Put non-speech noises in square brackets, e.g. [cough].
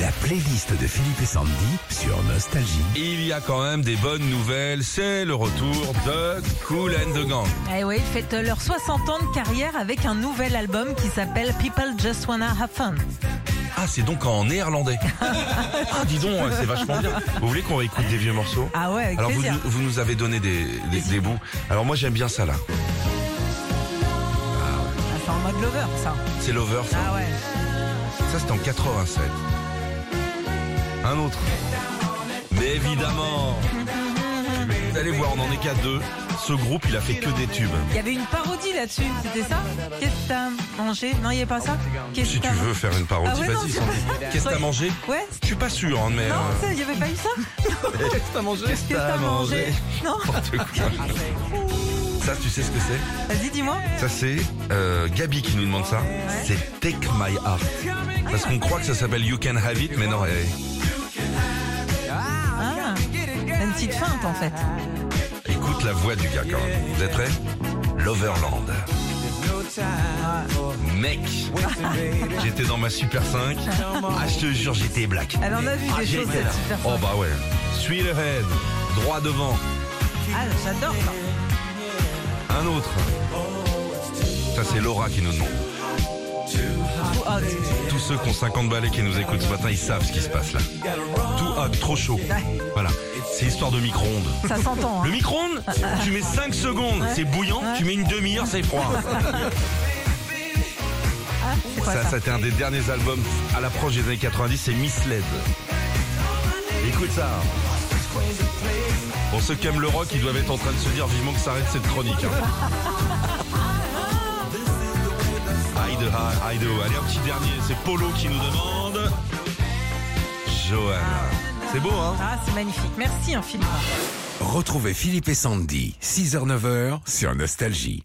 La playlist de Philippe et Sandy sur Nostalgie. Il y a quand même des bonnes nouvelles, c'est le retour de Cool and the Gang. Eh oui, ils fêtent leurs 60 ans de carrière avec un nouvel album qui s'appelle People Just Wanna Have Fun. Ah, c'est donc en [laughs] néerlandais. Ah, dis donc, ouais, c'est vachement bien. Vous voulez qu'on réécoute des vieux morceaux Ah ouais, avec Alors vous, plaisir. nous- vous nous avez donné des, des, des bouts. Alors moi j'aime bien ça là. Ah, c'est en mode lover, ça. C'est Lover ça. Ah ouais. Ça c'est en 87. Un autre. Mais évidemment. Vous allez voir, on en est qu'à deux. Ce groupe, il a fait que des tubes. Il y avait une parodie là-dessus, c'était ça Qu'est-ce que t'as mangé Non, il n'y avait pas ça Qu'est-ce Si que tu t'as- veux faire une parodie, Ah ouais, non, vas-y. c'est Sandy. pas- Qu'est-ce que t'as mangé Ouais Je suis pas sûr, hein, mais. Non, euh, ça, il n'y avait pas eu ça Qu'est-ce que t'as mangé Qu'est-ce que t'as mangé Non, N'importe quoi. Ça, tu sais ce que c'est vas-y, dis-moi. Ça, c'est euh, Gabi qui nous demande ça. C'est Take My Heart. Parce qu'on croit que ça s'appelle You Can Have It, mais non. eh, Ah, une petite feinte, en fait. écoute la voix du gars quand même. Vous êtes prêts L'Overland. Mec, j'étais dans ma Super 5. Ah, je te jure, j'étais black. Elle en a vu Ah, des choses, génial. cette super Oh feinte. bah ouais. Suis le head, droit devant. Ah, j'adore ça. Un autre. Ça, c'est Laura qui nous demande. Too hot. Tous ceux qui ont 50 balais qui nous écoutent ce matin, ils savent ce qui se passe là. Tout hot, trop chaud. Voilà. C'est histoire de micro-ondes. Ça s'entend, hein. Le micro-ondes, tu mets 5 secondes, c'est bouillant, tu mets une demi-heure, c'est froid. Ah, c'est quoi Ça, ça, c'était un des derniers albums à l'approche des années 90, c'est Miss Led. Écoute ça. Pour ceux qui aiment le rock, ils doivent être en train de se dire vivement que ça arrête cette chronique. hein. Hide, hide, hide, oh. Allez, un petit dernier, c'est Polo qui nous demande. Johanna. C'est beau, hein Ah, c'est magnifique. Merci infiniment. Retrouvez Philippe et Sandy, 6h-9h sur Nostalgie.